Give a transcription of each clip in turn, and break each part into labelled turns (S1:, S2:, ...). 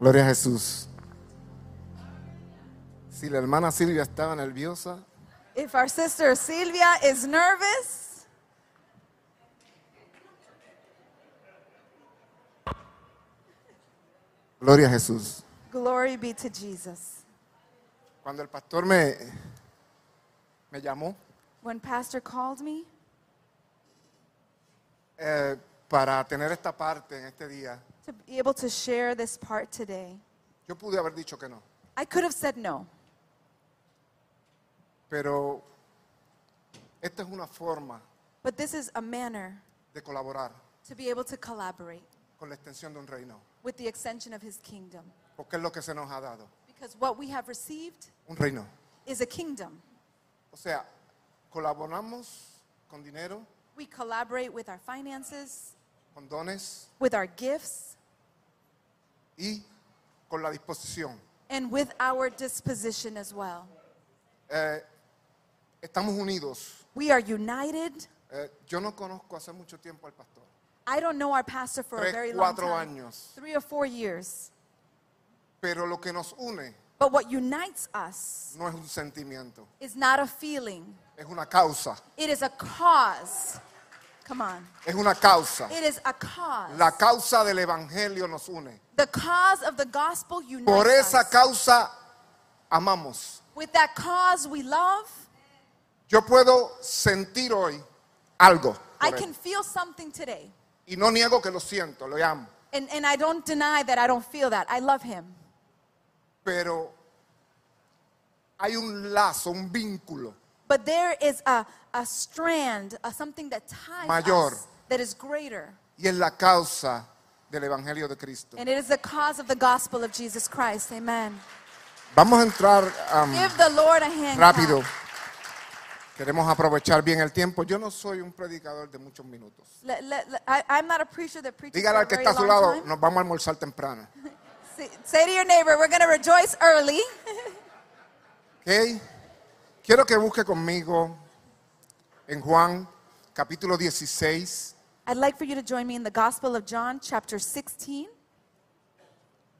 S1: Gloria a Jesús. Si la hermana Silvia estaba nerviosa,
S2: If our sister Silvia is nervous,
S1: gloria a Jesús.
S2: glory be to Jesus.
S1: Cuando el pastor me, me llamó
S2: When Pastor called me
S1: eh, para tener esta parte en este día,
S2: to be able to share this part today,
S1: yo pude haber dicho que no,
S2: I could have said no,
S1: pero esta es una forma
S2: but this is a manner
S1: de colaborar
S2: to be able to collaborate
S1: con la extensión de un reino,
S2: with the extension of his kingdom.
S1: porque es lo que se nos ha dado,
S2: Because what we have received
S1: un reino.
S2: is a kingdom.
S1: O sea, colaboramos con dinero,
S2: We collaborate with our finances,
S1: con dones
S2: with our gifts,
S1: y con la disposición.
S2: and with our disposition as well.
S1: Eh, estamos unidos.
S2: We are united.
S1: Eh, yo no conozco hace mucho tiempo al pastor.
S2: I don't know our pastor for a
S1: Tres,
S2: very long
S1: cuatro
S2: time.
S1: años.
S2: Three or four years.
S1: Pero lo que nos une
S2: But what unites us
S1: no es un sentimiento,
S2: is not a feeling.
S1: es una causa.
S2: It is a cause. Come on.
S1: Es una causa.
S2: It is a cause.
S1: La causa del Evangelio nos une.
S2: the cause of the gospel unites
S1: Por esa
S2: us.
S1: causa amamos.
S2: With that cause we love,
S1: Yo puedo sentir hoy algo. por
S2: I
S1: él.
S2: can feel something today.
S1: Y no niego que lo siento, lo amo.
S2: And, and I don't deny that I don't feel that. I love him.
S1: Pero hay un lazo, un vínculo
S2: But there is a, a strand, a something that ties
S1: Mayor.
S2: us that is greater.
S1: y es la causa del Evangelio de Cristo.
S2: And it is the cause of the gospel of Jesus Christ. Amen.
S1: Vamos a entrar um, am,
S2: Give the Lord a hand. clap.
S1: rápido. Queremos aprovechar bien el tiempo. Yo no soy un predicador de muchos minutos.
S2: Let- let- let- I, am not a preacher that preaches
S1: Dígale
S2: for
S1: al
S2: a
S1: que
S2: very
S1: está a su
S2: long
S1: lado,
S2: time.
S1: nos vamos a almorzar temprano.
S2: Say, say to your neighbor, we're going to rejoice early.
S1: ¿Ok? Quiero que busque conmigo en Juan capítulo 16,
S2: I'd like for you to join me in the Gospel of John, chapter 16,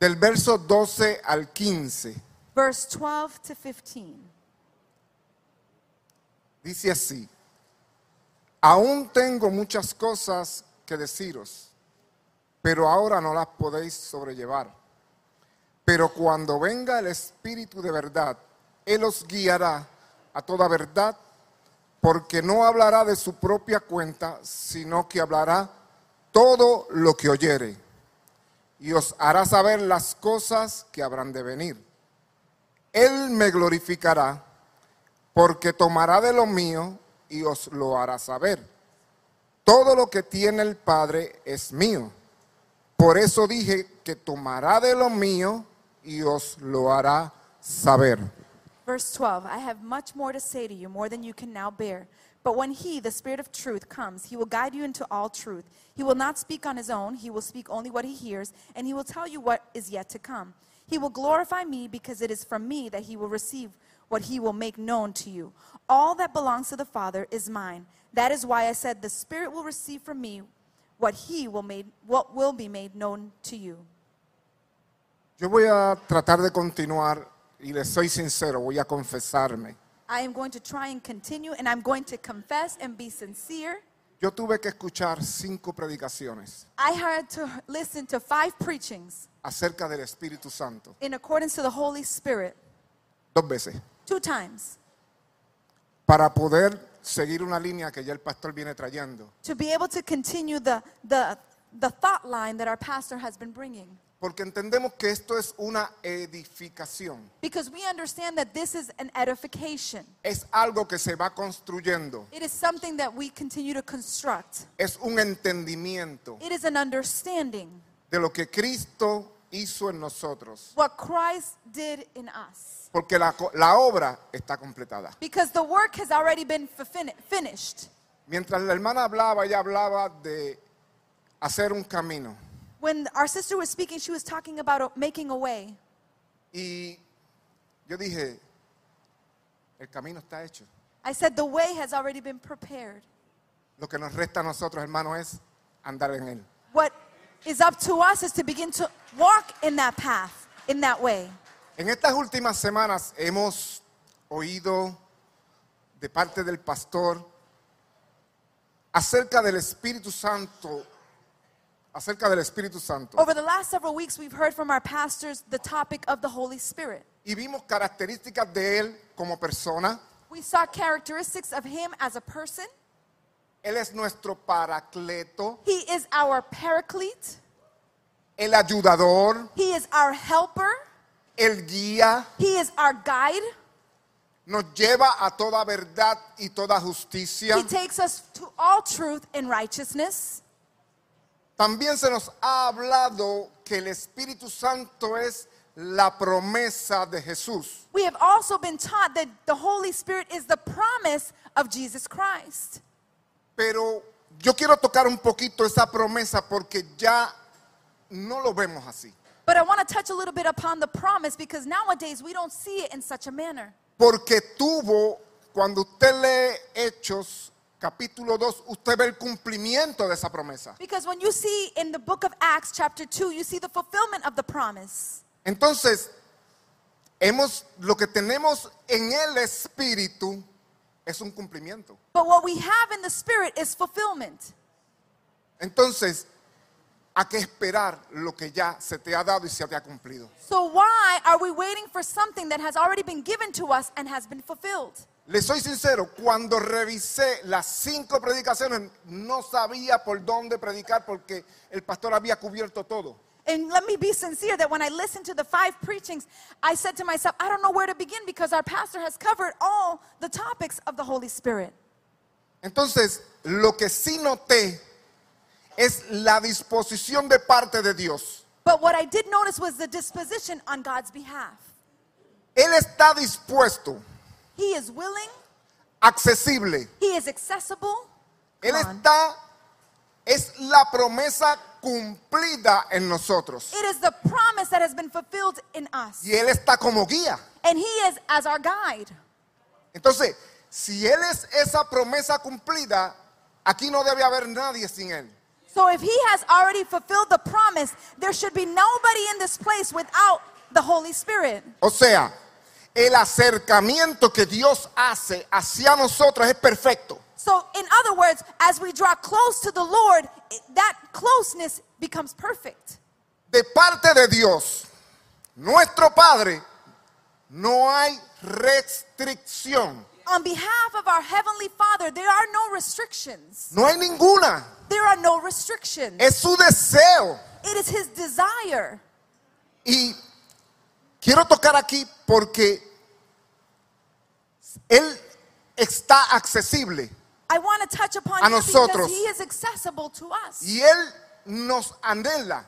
S1: del verso 12 al 15.
S2: verse 12 to 15.
S1: Dice así, aún tengo muchas cosas que deciros, pero ahora no las podéis sobrellevar. Pero cuando venga el Espíritu de verdad, Él os guiará a toda verdad, porque no hablará de su propia cuenta, sino que hablará todo lo que oyere, y os hará saber las cosas que habrán de venir. Él me glorificará porque tomará de lo mío y os lo hará saber. Todo lo que tiene el Padre es mío. Por eso dije que tomará de lo mío y os lo hará saber.
S2: Verse 12 I have much more to say to you, more than you can now bear. But when He, the Spirit of truth, comes, He will guide you into all truth. He will not speak on His own, He will speak only what He hears, and He will tell you what is yet to come. He will glorify me because it is from me that He will receive what He will make known to you. All that belongs to the Father is mine. That is why I said, The Spirit will receive from me what He will, made, what will be made known to you.
S1: Yo voy a tratar de continuar y les soy sincero, voy a confesarme.
S2: I am going to try and continue, and I'm going to confess and be sincere.
S1: Yo tuve que escuchar cinco predicaciones
S2: I had to listen to five preachings
S1: acerca del Espíritu Santo,
S2: in accordance to the Holy Spirit
S1: dos veces,
S2: two times
S1: para poder seguir una línea que ya el pastor viene trayendo.
S2: to be able to continue the, the, the thought line that our pastor has been bringing.
S1: Porque entendemos que esto es una edificación.
S2: Because we understand that this is an edification,
S1: es algo que se va construyendo,
S2: it is something that we continue to construct,
S1: es un entendimiento
S2: it is an understanding
S1: de lo que Cristo hizo en nosotros,
S2: what Christ did in us.
S1: porque la, co- la obra está completada.
S2: Because the work has already been fulfin- finished.
S1: Mientras la hermana hablaba, ella hablaba de hacer un camino.
S2: When our sister was speaking, she was talking about uh, making a way.
S1: Y yo dije, el camino está hecho.
S2: I said, the way has already been prepared.
S1: Lo que nos resta a nosotros, hermano, es andar en él.
S2: What is up to us is to begin to walk in that path, in that way.
S1: En estas últimas semanas hemos oído de parte del pastor acerca del Espíritu Santo, acerca del Espíritu Santo.
S2: Over the last several weeks, we've heard from our pastors the topic of the Holy Spirit.
S1: Y vimos características de Él como persona.
S2: We saw characteristics of him as a person.
S1: Él es nuestro paracleto,
S2: He is our paraclete.
S1: el ayudador,
S2: He is our helper.
S1: el guía,
S2: He is our guide.
S1: nos lleva a toda verdad y toda justicia.
S2: He takes us to all truth and righteousness.
S1: También se nos ha hablado que el Espíritu Santo es la promesa de Jesús.
S2: We have also been taught that the Holy Spirit is the promise of Jesus Christ.
S1: Pero yo quiero tocar un poquito esa promesa porque ya no lo vemos así.
S2: But I want to touch a little bit upon the promise because nowadays we don't see it in such a manner.
S1: Porque tuvo, cuando usted lee Hechos capítulo 2, usted ve el cumplimiento de esa promesa.
S2: Because when you see in the book of Acts, chapter 2, you see the fulfillment of the promise.
S1: Entonces, hemos, lo que tenemos en el Espíritu es un cumplimiento.
S2: But what we have in the Spirit is fulfillment.
S1: Entonces, ¿a qué esperar lo que ya se te ha dado y se te ha cumplido?
S2: So why are we waiting for something that has already been given to us and has been fulfilled?
S1: Le soy sincero, cuando revisé las cinco predicaciones, no sabía por dónde predicar porque el pastor había cubierto todo.
S2: And let me be sincere that when I listened to the five preachings, I said to myself, I don't know where to begin because our pastor has covered all the topics of the Holy Spirit.
S1: Entonces, lo que sí noté es la disposición de parte de Dios.
S2: But what I did notice was the disposition on God's behalf.
S1: Él está dispuesto,
S2: He is willing,
S1: accesible.
S2: He is accessible.
S1: Él
S2: Come on.
S1: está, es la promesa cumplida en nosotros.
S2: It is the promise that has been fulfilled in us.
S1: Y Él está como guía.
S2: And He is as our guide.
S1: Entonces, si Él es esa promesa cumplida, aquí no debe haber nadie sin Él.
S2: So if He has already fulfilled the promise, there should be nobody in this place without the Holy Spirit.
S1: O sea, el acercamiento que Dios hace hacia nosotros es perfecto.
S2: So, in other words, as we draw close to the Lord, it- that closeness becomes perfect.
S1: De parte de Dios, nuestro Padre, no hay restricción.
S2: On behalf of our Heavenly Father, there are no restrictions.
S1: No hay ninguna.
S2: There are no restrictions.
S1: Es su deseo.
S2: It is His desire.
S1: Y quiero tocar aquí porque Él está accesible
S2: I want to touch upon
S1: A
S2: Him
S1: nosotros.
S2: because He is accessible to us.
S1: y Él nos anhela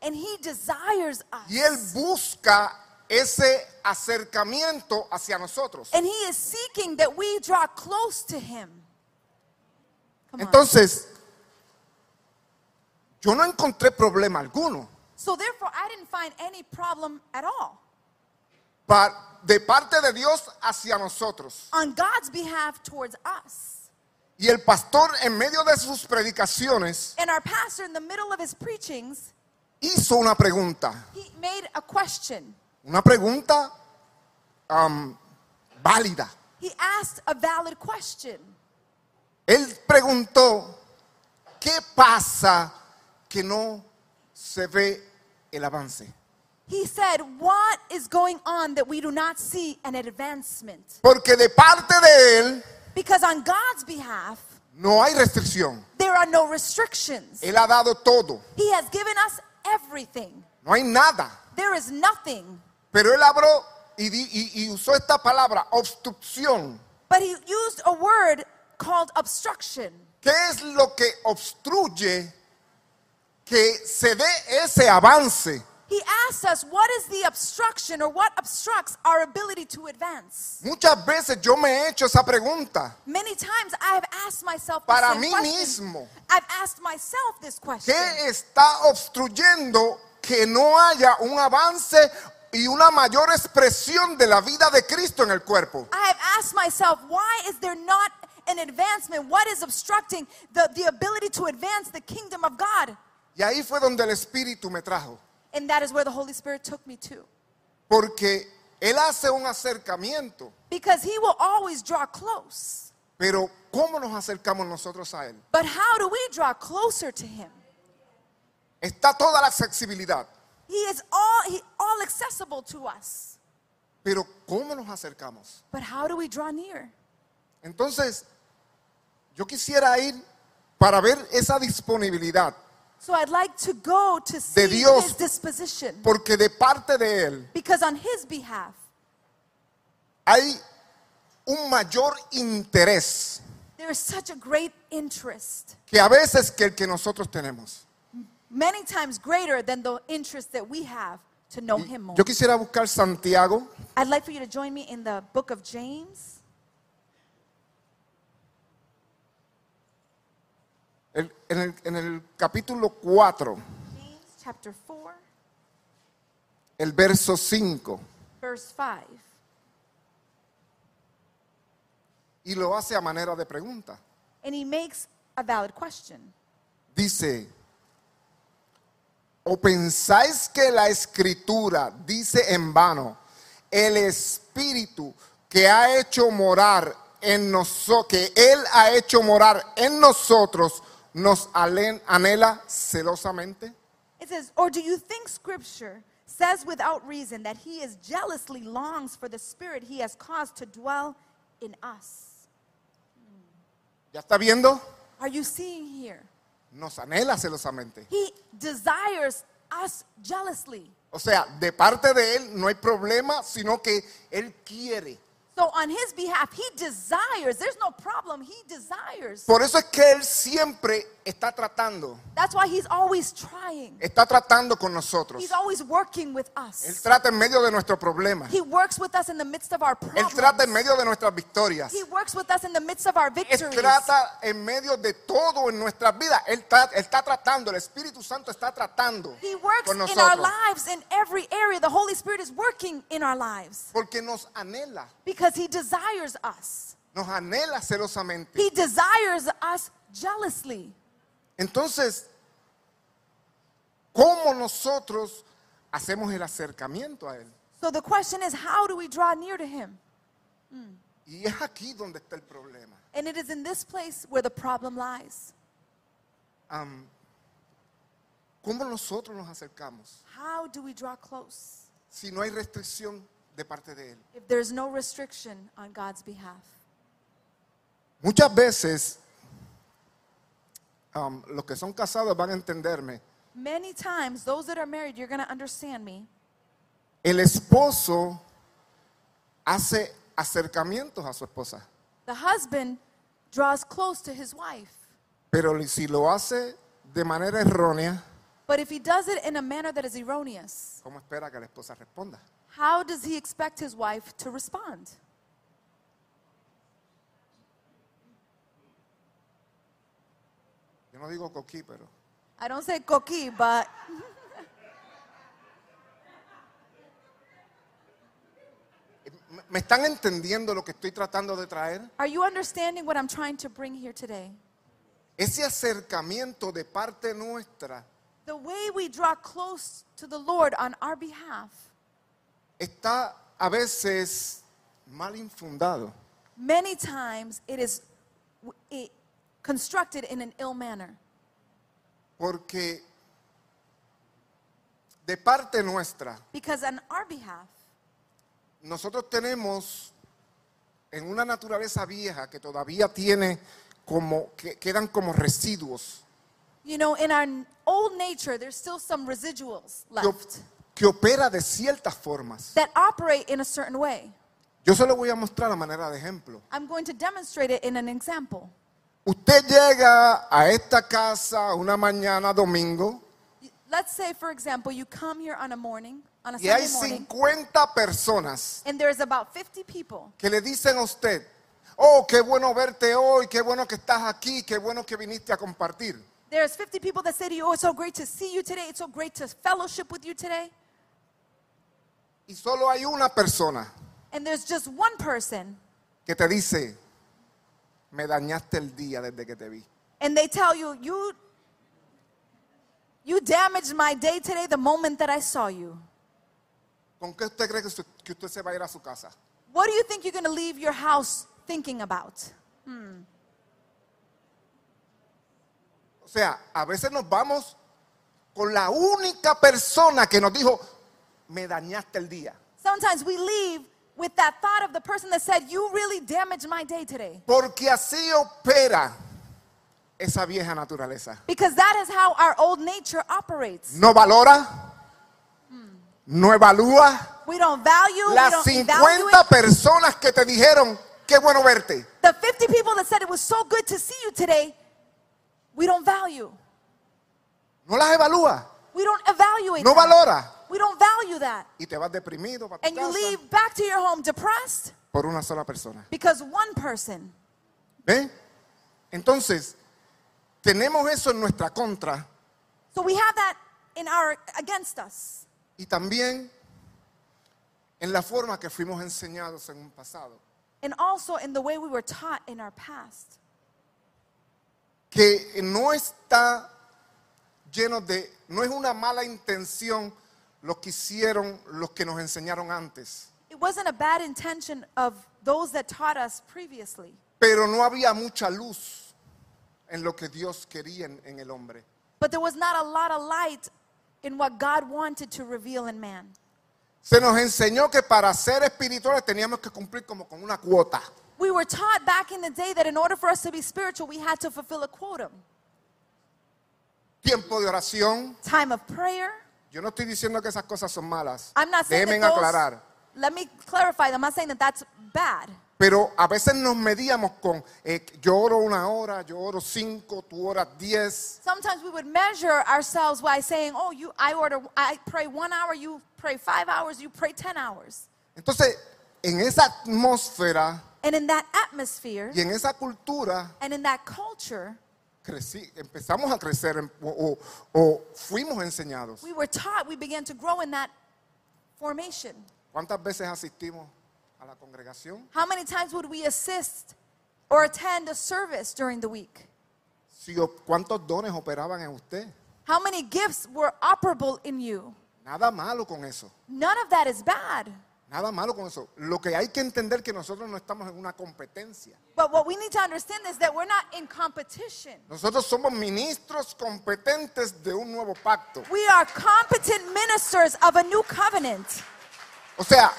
S2: And He desires us.
S1: y Él busca ese acercamiento hacia nosotros.
S2: And He is seeking that we draw close to Him. Come on.
S1: Entonces, yo no encontré problema alguno
S2: So, therefore, I didn't find any problem at all
S1: pa- de parte de Dios hacia nosotros.
S2: on God's behalf towards us.
S1: Y el pastor en medio de sus predicaciones
S2: And our pastor, in the middle of his preachings,
S1: hizo una pregunta.
S2: he made a question.
S1: una pregunta am, válida.
S2: He asked a valid question.
S1: Él preguntó, ¿qué pasa que no se ve el avance?
S2: He said, What is going on that we do not see an advancement?
S1: Porque de parte de Él
S2: Because on God's behalf,
S1: no hay restricción.
S2: there are no restrictions.
S1: Él ha dado todo,
S2: He has given us everything,
S1: no hay nada.
S2: there is nothing.
S1: Pero Él abrió y, di- y- y usó esta palabra, obstrucción.
S2: But he used a word called obstruction.
S1: ¿Qué es lo que obstruye que se dé ese avance?
S2: He asked us, What is the obstruction or what obstructs our ability to advance?
S1: Muchas veces yo me he hecho esa pregunta.
S2: Many times I have asked myself the
S1: Para
S2: same
S1: mí
S2: question.
S1: mismo.
S2: I've asked myself this question.
S1: ¿Qué está obstruyendo que no haya un avance y una mayor expresión de la vida de Cristo en el cuerpo?
S2: I have asked myself, why is there not an advancement? What is obstructing the, the ability to advance the kingdom of God
S1: Y ahí fue donde el Espíritu me trajo.
S2: And that is where the Holy Spirit took me to.
S1: Porque Él hace un acercamiento,
S2: Because He will always draw close.
S1: pero ¿cómo nos acercamos nosotros a Él?
S2: But how do we draw closer to Him?
S1: Está toda la accesibilidad,
S2: He is all, he, all accessible to us.
S1: pero ¿cómo nos acercamos?
S2: But how do we draw near?
S1: Entonces, yo quisiera ir para ver esa disponibilidad,
S2: So I'd like to go to see
S1: Dios.
S2: His disposition.
S1: porque de parte de Él
S2: Because on His behalf,
S1: hay un mayor interés
S2: there is such a great interest,
S1: que a veces que el que nosotros tenemos.
S2: many times greater than the interest that we have to know
S1: Y
S2: Him more.
S1: Yo quisiera buscar Santiago,
S2: I'd like for you to join me in the book of James.
S1: el- en el, en el capítulo 4,
S2: James chapter 4,
S1: el verso 5,
S2: verse 5.
S1: y lo hace a manera de pregunta.
S2: And he makes a valid question.
S1: Dice, ¿o pensáis que la escritura dice en vano, el espíritu que ha hecho morar en nosotros, que él ha hecho morar en nosotros, nos alen- anhela celosamente?
S2: It says, Or do you think scripture says without reason that he is jealously longs for the spirit he has caused to dwell in us?
S1: ¿Ya está viendo?
S2: Are you seeing here?
S1: Nos anhela celosamente.
S2: He desires us jealously.
S1: O sea, de parte de él no hay problema, sino que él quiere.
S2: So on his behalf, he desires. There's no problem. He desires.
S1: Por eso es que él siempre está tratando,
S2: That's why he's always trying.
S1: está tratando con nosotros.
S2: He's always working with
S1: Él
S2: us.
S1: trata en medio de nuestro problema.
S2: He works with us in the midst of our
S1: Él trata en
S2: problems.
S1: medio de nuestras victorias.
S2: He works with us in the midst of our
S1: Él
S2: victories.
S1: trata en medio de todo en nuestras vidas. Él está, Él está tratando, el Espíritu Santo está tratando
S2: He works
S1: con
S2: in our
S1: nosotros.
S2: lives in every area. The Holy Spirit is working in our lives
S1: Porque nos anhela,
S2: because He desires us.
S1: nos anhela celosamente.
S2: He desires us jealously.
S1: Entonces, ¿cómo nosotros hacemos el acercamiento a Él?
S2: So the question is, how do we draw near to Him?
S1: Y es aquí donde está el problema.
S2: And it is in this place where the problem lies.
S1: Am, ¿Cómo nosotros nos acercamos
S2: How do we draw close
S1: si no hay restricción de parte de Él?
S2: if there's no restriction on God's behalf?
S1: Muchas veces, um, los que son casados van a entenderme,
S2: Many times, those that are married, you're going to understand me.
S1: el esposo hace acercamientos a su esposa,
S2: The husband draws close to his wife,
S1: pero si lo hace de manera errónea,
S2: but if he does it in a manner that is erroneous,
S1: ¿cómo espera que la esposa responda?
S2: How does he expect his wife to respond?
S1: Yo no digo coquí, pero
S2: I don't say coqui, but
S1: ¿me- ¿me están entendiendo lo que estoy tratando de traer?
S2: are you understanding what I'm trying to bring here today?
S1: Ese acercamiento de parte nuestra
S2: The way we draw close to the Lord on our behalf,
S1: está a veces mal infundado.
S2: many times it is w- it constructed in an ill manner.
S1: Porque de parte nuestra,
S2: Because on our behalf,
S1: nosotros tenemos en una naturaleza vieja que todavía tiene como, que quedan como residuos,
S2: you know, in our n- old nature, there's still some residuals
S1: que, op-
S2: left
S1: que opera de ciertas formas.
S2: that operate in a certain way.
S1: Yo se lo voy a mostrar a manera de ejemplo.
S2: I'm going to demonstrate it in an example.
S1: Usted llega a esta casa una mañana domingo
S2: Let's say, for example, you come here on a morning, on a
S1: y hay
S2: Sunday morning,
S1: 50 personas
S2: and there's about 50 people.
S1: que le dicen a usted, oh, qué bueno verte hoy, qué bueno que estás aquí, qué bueno que viniste a compartir.
S2: There's 50 people that say to you, Oh, it's so great to see you today. It's so great to fellowship with you today.
S1: Y solo hay una persona
S2: And there's just one person,
S1: que te dice, me dañaste el día desde que te vi.
S2: and they tell you, You You damaged my day today the moment that I saw you.
S1: ¿Con qué usted cree que usted, que usted se va a ir a su casa?
S2: What do you think you're going to leave your house thinking about?
S1: O sea, a veces nos vamos con la única persona que nos dijo, me dañaste el día.
S2: Sometimes we leave with that thought of the person that said, You really damaged my day today.
S1: Porque así opera esa vieja naturaleza.
S2: Because that is how our old nature operates.
S1: No valora, no evalúa
S2: We don't value, we
S1: las
S2: don't
S1: 50
S2: evaluate.
S1: personas que te dijeron, qué bueno verte.
S2: The 50 people that said it was so good to see you today, we don't value.
S1: No las evalúa,
S2: We don't evaluate.
S1: no
S2: that.
S1: valora.
S2: We don't value that.
S1: Y te vas deprimido para tu
S2: And you
S1: casa
S2: leave back to your home depressed
S1: por una sola persona.
S2: because one person.
S1: ¿Ven? Entonces, tenemos eso en nuestra contra
S2: So we have that in our against us.
S1: y también en la forma que fuimos enseñados en un pasado.
S2: And also in the way we were taught in our past.
S1: que no está lleno de, no es una mala intención lo que hicieron los que nos enseñaron antes,
S2: It wasn't a bad intention of those that taught us previously,
S1: pero no había mucha luz en lo que Dios quería en, en el hombre.
S2: but there was not a lot of light in what God wanted to reveal in man.
S1: Se nos enseñó que para ser espirituales teníamos que cumplir como con una cuota.
S2: We were taught back in the day that in order for us to be spiritual, we had to fulfill a quotum
S1: Tiempo de oración.
S2: time of prayer.
S1: Yo no estoy diciendo que esas cosas son malas.
S2: I'm not saying
S1: Deben
S2: that those,
S1: aclarar.
S2: Let me clarify. I'm not saying that that's bad.
S1: Pero a veces nos medíamos con, eh, yo oro una hora, yo oro cinco, tú oras diez.
S2: Sometimes we would measure ourselves by saying, "Oh, you, I order, I pray one hour, you pray five hours, you pray ten hours."
S1: Entonces, en esa atmósfera
S2: And in that atmosphere
S1: y en esa cultura,
S2: and in that culture,
S1: crecí, empezamos a crecer en- o, o- o fuimos enseñados.
S2: we were taught, we began to grow in that formation.
S1: ¿Cuántas veces asistimos a la congregación?
S2: How many times would we assist or attend a service during the week?
S1: Si o- ¿Cuántos dones operaban en usted?
S2: How many gifts were operable in you?
S1: Nada malo con eso.
S2: None of that is bad.
S1: Nada malo con eso. Lo que hay que entender es que nosotros no estamos en una competencia.
S2: But what we need to understand is that we're not in competition.
S1: Nosotros somos ministros competentes de un nuevo pacto.
S2: We are competent ministers of a new covenant.
S1: O sea,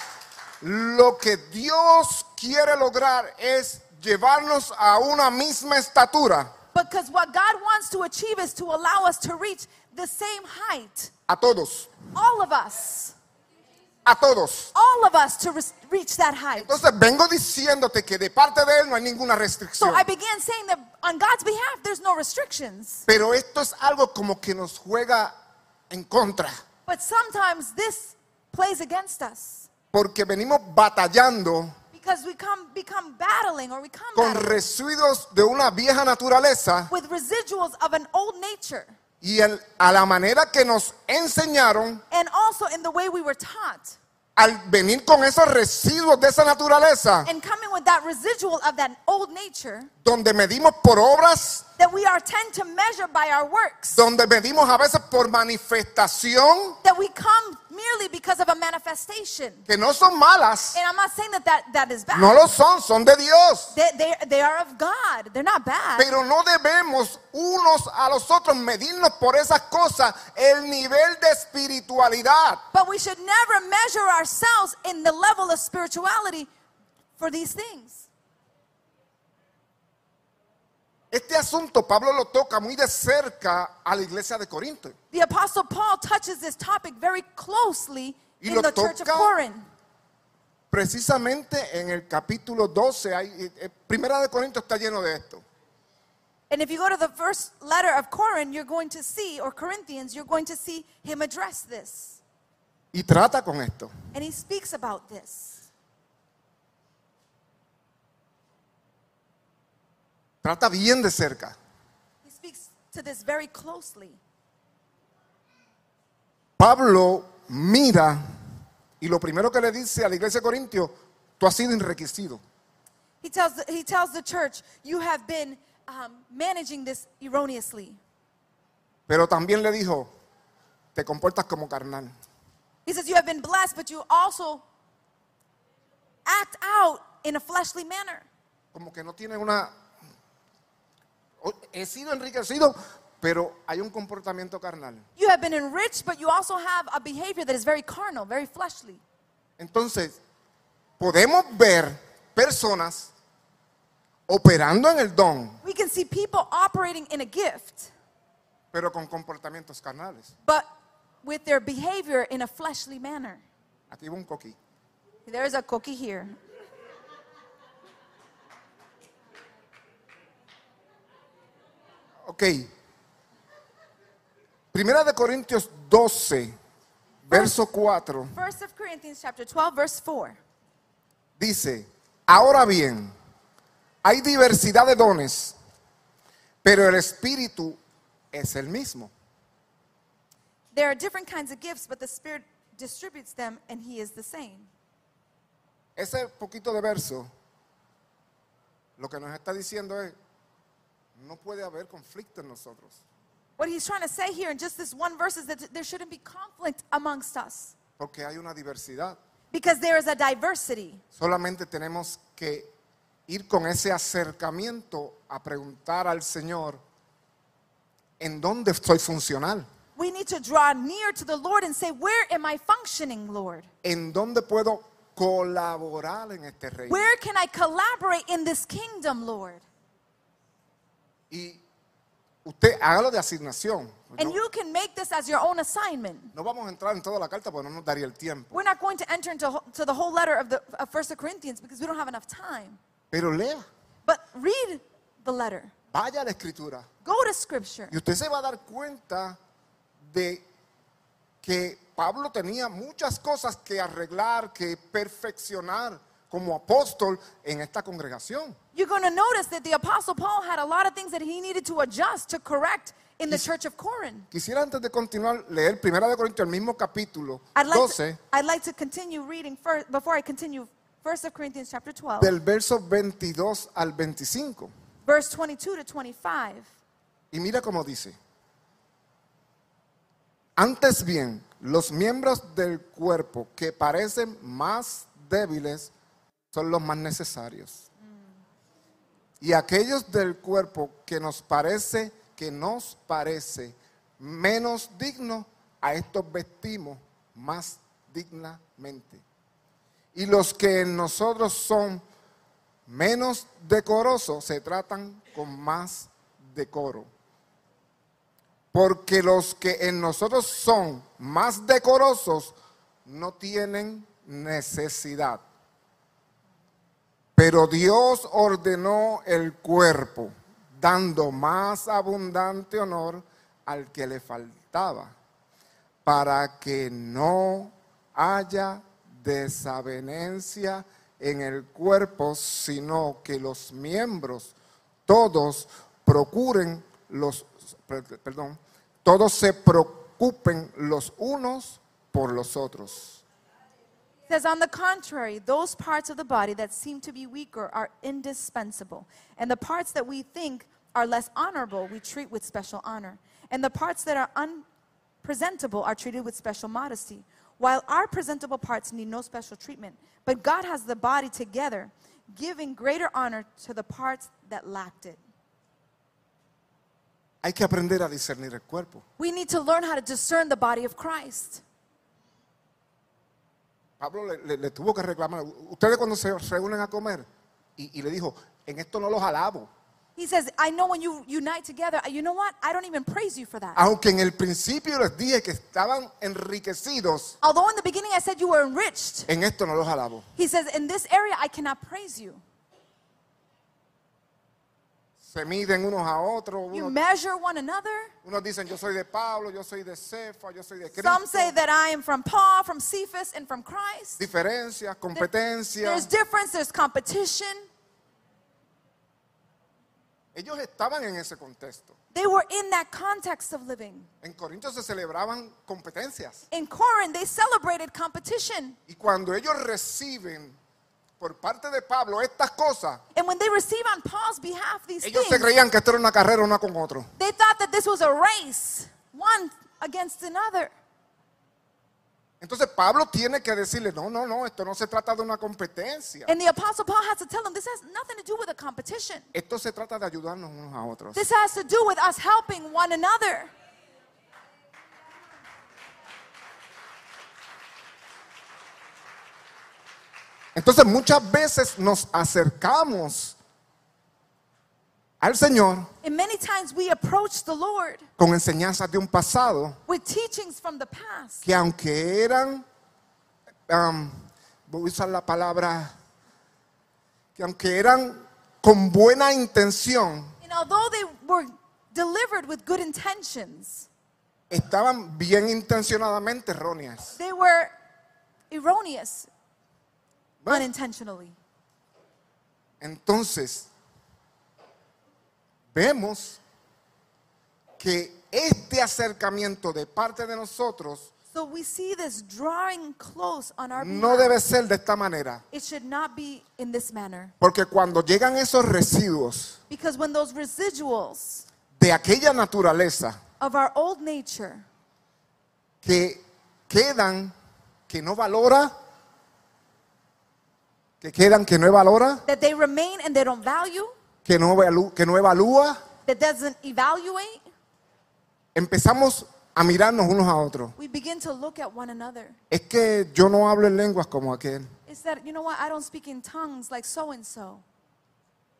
S1: lo que Dios quiere lograr es llevarnos a una misma estatura,
S2: Because what God wants to achieve is to allow us to reach the same height.
S1: a todos,
S2: All of us.
S1: a todos.
S2: All of us to re- reach that height.
S1: Entonces vengo diciéndote que de parte de Él no hay ninguna
S2: So
S1: restricción.
S2: I began saying that on God's behalf, there's no restrictions.
S1: Pero esto es algo como que nos juega en contra,
S2: But sometimes this plays against us
S1: porque venimos batallando
S2: because we come become battling or we come
S1: con
S2: battling
S1: residuos de una vieja naturaleza
S2: with residuals of an old nature
S1: y el- a la manera que nos enseñaron
S2: and also in the way we were taught
S1: al venir con esos residuos de esa naturaleza.
S2: and coming with that residual of that old nature
S1: donde medimos por obras,
S2: that we are tend to measure by our works
S1: donde medimos a veces por manifestación,
S2: that we come merely because of a manifestation
S1: que no son malas,
S2: and I'm not saying that that, that is bad
S1: no lo son, son de Dios.
S2: they, they, they are of God they're not bad
S1: Pero no debemos unos a los otros medirnos por esas cosas el nivel de espiritualidad.
S2: But we should never measure ourselves in the level of spirituality for these things.
S1: Este asunto Pablo lo toca muy de cerca a la iglesia de Corinto
S2: The Apostle Paul touches this topic very closely
S1: Y
S2: in
S1: lo
S2: the church of
S1: toca-
S2: Corinth.
S1: Precisamente en el capítulo 12, hay- eh, primera de Corinto está lleno de esto.
S2: And if you go to the first letter of Corinth, you're going to see, or Corinthians, you're going to see him address this.
S1: Y trata con esto.
S2: And he speaks about this.
S1: Trata bien de cerca.
S2: He speaks to this very closely.
S1: Pablo mira y lo primero que le dice a la iglesia de Corintio, tú has sido enriquecido.
S2: He tells the, he tells the church, You have been um, managing this erroneously.
S1: Pero también le dijo, te comportas como carnal.
S2: He says, You have been blessed, but you also act out in a fleshly manner.
S1: Como que no tienes una... "Oh, He sido enriquecido, pero hay un comportamiento carnal.
S2: You have been enriched, but you also have a behavior that is very carnal, very fleshly.
S1: Entonces, podemos ver personas operando en el don,
S2: We can see people operating in a gift,
S1: pero con comportamientos carnales.
S2: but with their behavior in a fleshly manner.
S1: Aquí va un coquí.
S2: There is a cookie here.
S1: Ok. Primera de Corintios 12, verso 4,
S2: First of Corinthians chapter 12, verse 4.
S1: dice, ahora bien, hay diversidad de dones, pero el espíritu es el mismo.
S2: There are different kinds of gifts, but the Spirit distributes them, and He is the same.
S1: Ese poquito de verso, lo que nos está diciendo es, no puede haber conflicto en nosotros,
S2: What He's trying to say here in just this one verse is that there shouldn't be conflict amongst us
S1: porque hay una diversidad.
S2: because there is a diversity.
S1: Solamente tenemos que ir con ese acercamiento a preguntar al Señor en dónde estoy funcional,
S2: We need to draw near to the Lord and say, Where am I functioning, Lord?
S1: en dónde puedo colaborar en este reino.
S2: Where can I collaborate in this kingdom, Lord?
S1: Y usted hágalo de asignación.
S2: And
S1: No,
S2: you can make this as your own assignment.
S1: no vamos a entrar en toda la carta porque no nos daría el tiempo.
S2: We're not going to enter into ho- to the whole letter of, the, of 1 Corinthians because we don't have enough time.
S1: Pero lea,
S2: But read the letter,
S1: vaya a la escritura.
S2: go to Scripture.
S1: Y usted se va a dar cuenta de que Pablo tenía muchas cosas que arreglar, que perfeccionar como apóstol en esta congregación.
S2: You're going to notice that the Apostle Paul had a lot of things that he needed to adjust, to correct in the church of Corinth.
S1: Quisiera antes de continuar leer 1 Corintios, el mismo capítulo
S2: I'd like,
S1: 12,
S2: to, I'd like to continue reading first, before I continue, 1 Corinthians chapter 12,
S1: del verso 22 al 25.
S2: verse 22 to 25.
S1: Y mira cómo dice. Antes bien, los miembros del cuerpo que parecen más débiles son los más necesarios. Y aquellos del cuerpo que nos parece, que nos parece menos digno, a estos vestimos más dignamente. Y los que en nosotros son menos decorosos se tratan con más decoro. Porque los que en nosotros son más decorosos no tienen necesidad. Pero Dios ordenó el cuerpo, dando más abundante honor al que le faltaba, para que no haya desavenencia en el cuerpo, sino que los miembros todos procuren los per- perdón, todos se preocupen los unos por los otros.
S2: It says, on the contrary, those parts of the body that seem to be weaker are indispensable, and the parts that we think are less honorable we treat with special honor, and the parts that are unpresentable are treated with special modesty, while our presentable parts need no special treatment. But God has the body together, giving greater honor to the parts that lacked it.
S1: Hay que aprender a discernir el cuerpo.
S2: We need to learn how to discern the body of Christ.
S1: Pablo le, le- le tuvo que reclamar. Ustedes cuando se reúnen a comer y, y le dijo, en esto no los alabo.
S2: He says, I know when you unite together, you know what? I don't even praise you for that.
S1: Aunque en el principio les dije que estaban enriquecidos,
S2: Although in the beginning I said you were enriched,
S1: en esto no los alabo.
S2: he says, In this area I cannot praise you.
S1: Se miden unos a otros.
S2: You
S1: Unos,
S2: measure one another.
S1: unos dicen, yo soy de Pablo, yo soy de Cefa, yo soy de
S2: Some say
S1: Cristo.
S2: that I am from Paul, from Cephas, and from Christ.
S1: Diferencias,
S2: There's
S1: competencias.
S2: difference, there's competition.
S1: Ellos estaban en ese contexto.
S2: They were in that context of living.
S1: En Corinto se celebraban competencias.
S2: In Corinth, they celebrated competition.
S1: Y cuando ellos reciben por parte de Pablo estas cosas,
S2: And when they receive on Paul's behalf these
S1: ellos se
S2: things,
S1: creían que esto era una carrera una con otro.
S2: they thought that this was a race. one against another.
S1: Entonces Pablo tiene que decirle, no, no, no, esto no se trata de una competencia.
S2: And the Apostle Paul has to tell them this has nothing to do with a competition.
S1: Esto se trata de ayudarnos unos a otros.
S2: This has to do with us helping one another.
S1: Entonces muchas veces nos acercamos al Señor
S2: And many times we approach the Lord
S1: con enseñanzas de un pasado
S2: with teachings from the past
S1: que aunque eran, am, voy a usar la palabra, que aunque eran con buena intención,
S2: And although they were delivered with good intentions,
S1: estaban bien intencionadamente erróneas.
S2: they were erroneous
S1: Bueno,
S2: unintentionally.
S1: Entonces, vemos que este acercamiento de parte de nosotros
S2: So we see this drawing close on our
S1: no
S2: behalf.
S1: debe ser de esta manera,
S2: It should not be in this manner.
S1: porque cuando llegan esos residuos
S2: Because when those residuals
S1: de aquella naturaleza
S2: of our old nature
S1: que quedan, que no valora, que quedan, que no valora,
S2: that they remain and they don't value,
S1: que no, evalu- que no evalúa,
S2: that doesn't evaluate,
S1: empezamos a mirarnos unos a otros.
S2: we begin to look at one another.
S1: Es que yo no hablo en lenguas como aquel.
S2: It's that, you know what, I don't speak in tongues like so and so.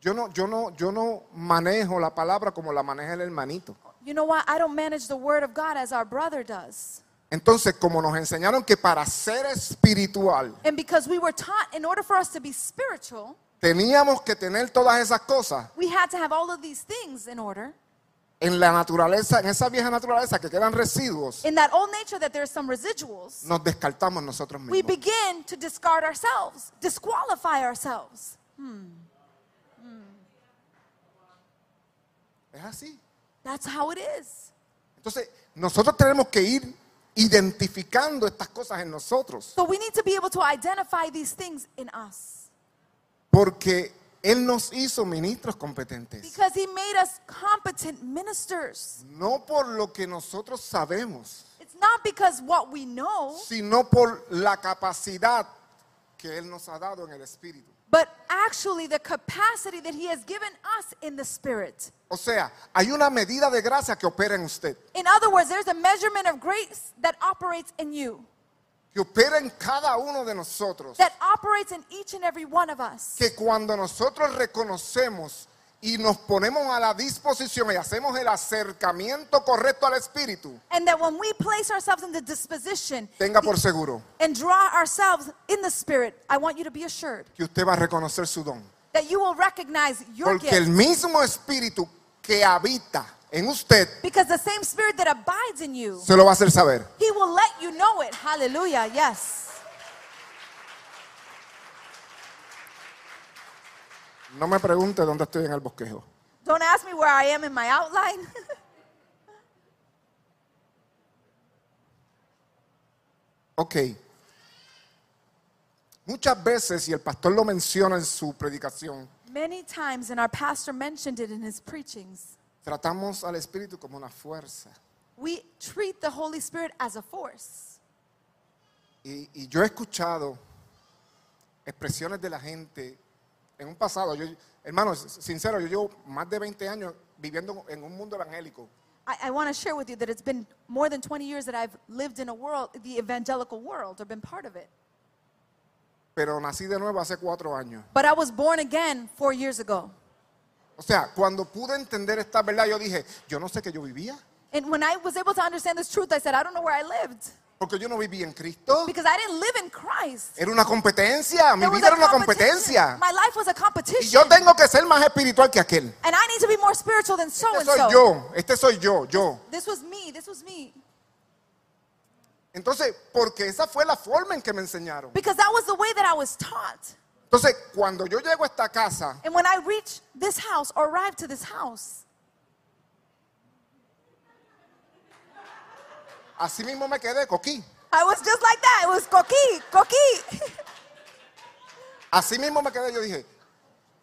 S1: Yo no, yo no, yo no manejo la palabra como la maneja el hermanito.
S2: You know what, I don't manage the word of God as our brother does.
S1: Entonces, como nos enseñaron que para ser espiritual
S2: And because we were taught in order for us to be spiritual,
S1: teníamos que tener todas esas cosas
S2: we had to have all of these things in order.
S1: en la naturaleza, en esa vieja naturaleza que quedan residuos,
S2: In that old nature that there's some residuals,
S1: nos descartamos nosotros
S2: we
S1: mismos.
S2: begin to discard ourselves, disqualify ourselves.
S1: Es así.
S2: That's how it is.
S1: Entonces, nosotros tenemos que ir identificando estas cosas en nosotros,
S2: So we need to be able to identify these things in us
S1: porque Él nos hizo ministros competentes,
S2: because he made us competent ministers.
S1: no por lo que nosotros sabemos,
S2: It's not because what we know,
S1: sino por la capacidad que Él nos ha dado en el Espíritu.
S2: but actually the capacity that he has given us in the spirit.
S1: O sea, hay una medida de gracia que opera en usted,
S2: In other words, there's a measurement of grace that operates in you,
S1: que opera en cada uno de nosotros,
S2: that operates in each and every one of us.
S1: que cuando nosotros reconocemos y nos ponemos a la disposición y hacemos el acercamiento correcto al Espíritu,
S2: And that when we place ourselves in the disposition
S1: tenga por seguro
S2: and draw ourselves in the spirit, I want you to be assured
S1: que usted va a reconocer su don.
S2: that you will recognize your
S1: Porque el
S2: gift.
S1: mismo espíritu que habita en usted
S2: Because the same spirit that abides in you,
S1: se lo va a hacer saber.
S2: he will let you know it. Hallelujah. Yes.
S1: No me pregunte dónde estoy en el bosquejo.
S2: Don't ask me where I am in my outline.
S1: Ok. Muchas veces, y el pastor lo menciona en su predicación,
S2: Many times, and our pastor mentioned it in his preachings,
S1: tratamos al espíritu como una fuerza.
S2: we treat the Holy Spirit as a force.
S1: Y, y yo he escuchado expresiones de la gente en un pasado. Yo, hermano, sincero, yo llevo más de 20 años viviendo en un mundo evangélico.
S2: I, I want to share with you that it's been more than 20 years that I've lived in a world, the evangelical world, or been part of it.
S1: Pero nací de nuevo hace cuatro años.
S2: But I was born again four years ago.
S1: O sea, cuando pude entender esta verdad, yo dije, yo no sé que yo vivía,
S2: And when I was able to understand this truth, I said, I don't know where I lived
S1: porque yo no vivía en Cristo.
S2: because I didn't live in Christ.
S1: Era una competencia, mi
S2: There was
S1: vida
S2: a
S1: era una
S2: competition.
S1: competencia.
S2: My life was a
S1: Y
S2: competition.
S1: yo tengo que ser más espiritual que aquel.
S2: And I need to be more spiritual than so
S1: Este
S2: and
S1: soy
S2: so.
S1: yo, este soy yo, yo.
S2: This was me. This was me.
S1: Entonces, porque esa fue la forma en que me enseñaron.
S2: Because that was the way that I was taught.
S1: Entonces, cuando yo llego a esta casa,
S2: And when I reached this house or arrived to this house,
S1: así mismo me quedé coquí.
S2: I was just like that. It was coqui, coqui.
S1: Así mismo me quedé, yo dije,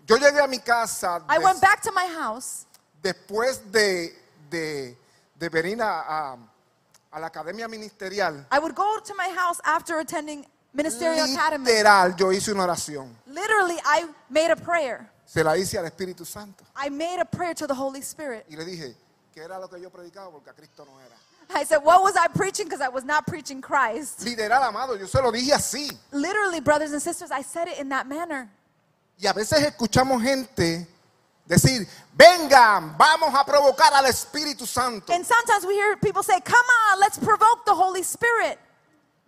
S1: yo llegué a mi casa
S2: I
S1: des-
S2: went back to my house
S1: después de, de, de venir a, a- a la academia ministerial,
S2: I would go to my house after attending ministerial academy.
S1: literal, yo hice una oración.
S2: Literally, I made a prayer.
S1: Se la hice al Espíritu Santo.
S2: I made a prayer to the Holy Spirit.
S1: Y le dije, que era lo que yo predicaba porque a Cristo no era.
S2: I said, What was I preaching? Because I was not preaching Christ.
S1: Literal, amado, yo se lo dije así.
S2: Literally, brothers and sisters, I said it in that manner.
S1: Y a veces escuchamos gente decir, vengan, vamos a provocar al Espíritu Santo.
S2: And sometimes we hear people say, Come on, let's provoke the Holy Spirit.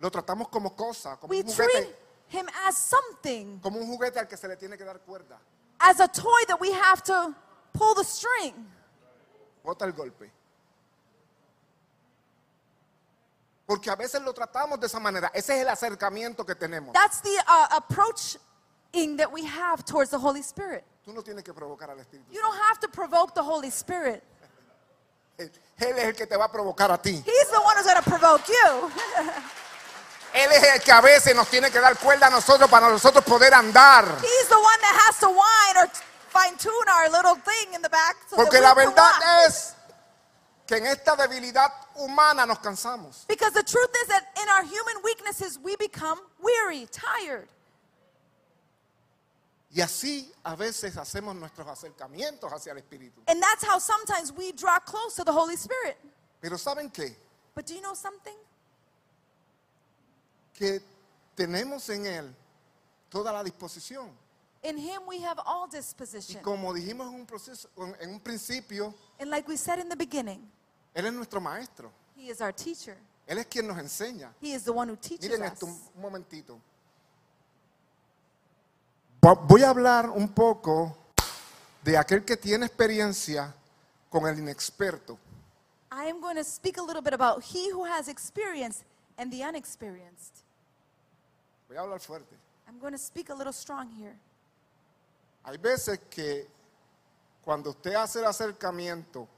S1: Lo tratamos como cosa, como
S2: We
S1: un
S2: treat
S1: juguete,
S2: him as something,
S1: como un juguete al que se le tiene que dar cuerda.
S2: as a toy that we have to pull the string.
S1: Bota el golpe. Porque a veces lo tratamos de esa manera. Ese es el acercamiento que tenemos.
S2: That's the uh, approaching that we have towards the Holy Spirit.
S1: Tú no tienes que provocar al Espíritu.
S2: You don't have to provoke the Holy Spirit.
S1: Él él es el que te va a provocar a ti.
S2: He's the one who's going to provoke you.
S1: Él es el que a veces nos tiene que dar cuerda a nosotros para nosotros poder andar.
S2: He's the one that has to whine or fine tune our little thing in the back. So that
S1: Porque
S2: we
S1: la
S2: can walk.
S1: verdad es que en esta debilidad humana nos cansamos.
S2: Because the truth is that in our human weaknesses, we become weary, tired.
S1: Y así a veces hacemos nuestros acercamientos hacia el Espíritu.
S2: And that's how sometimes we draw close to the Holy Spirit.
S1: Pero ¿saben qué?
S2: But do you know something?
S1: Que tenemos en Él toda la disposición.
S2: In Him, we have all disposition.
S1: Y como dijimos en un, proceso, en en un principio,
S2: And like we said in the beginning,
S1: Él es nuestro maestro.
S2: He is our teacher,
S1: Él es quien nos enseña.
S2: He is the one who teaches
S1: Miren
S2: us.
S1: esto un un momentito. Vo- Voy a hablar un poco de aquel que tiene experiencia con el inexperto.
S2: I am going to speak a little bit about He who has experience and the unexperienced.
S1: Voy a hablar fuerte.
S2: I'm going to speak a little strong here.
S1: Hay veces que cuando usted hace el acercamiento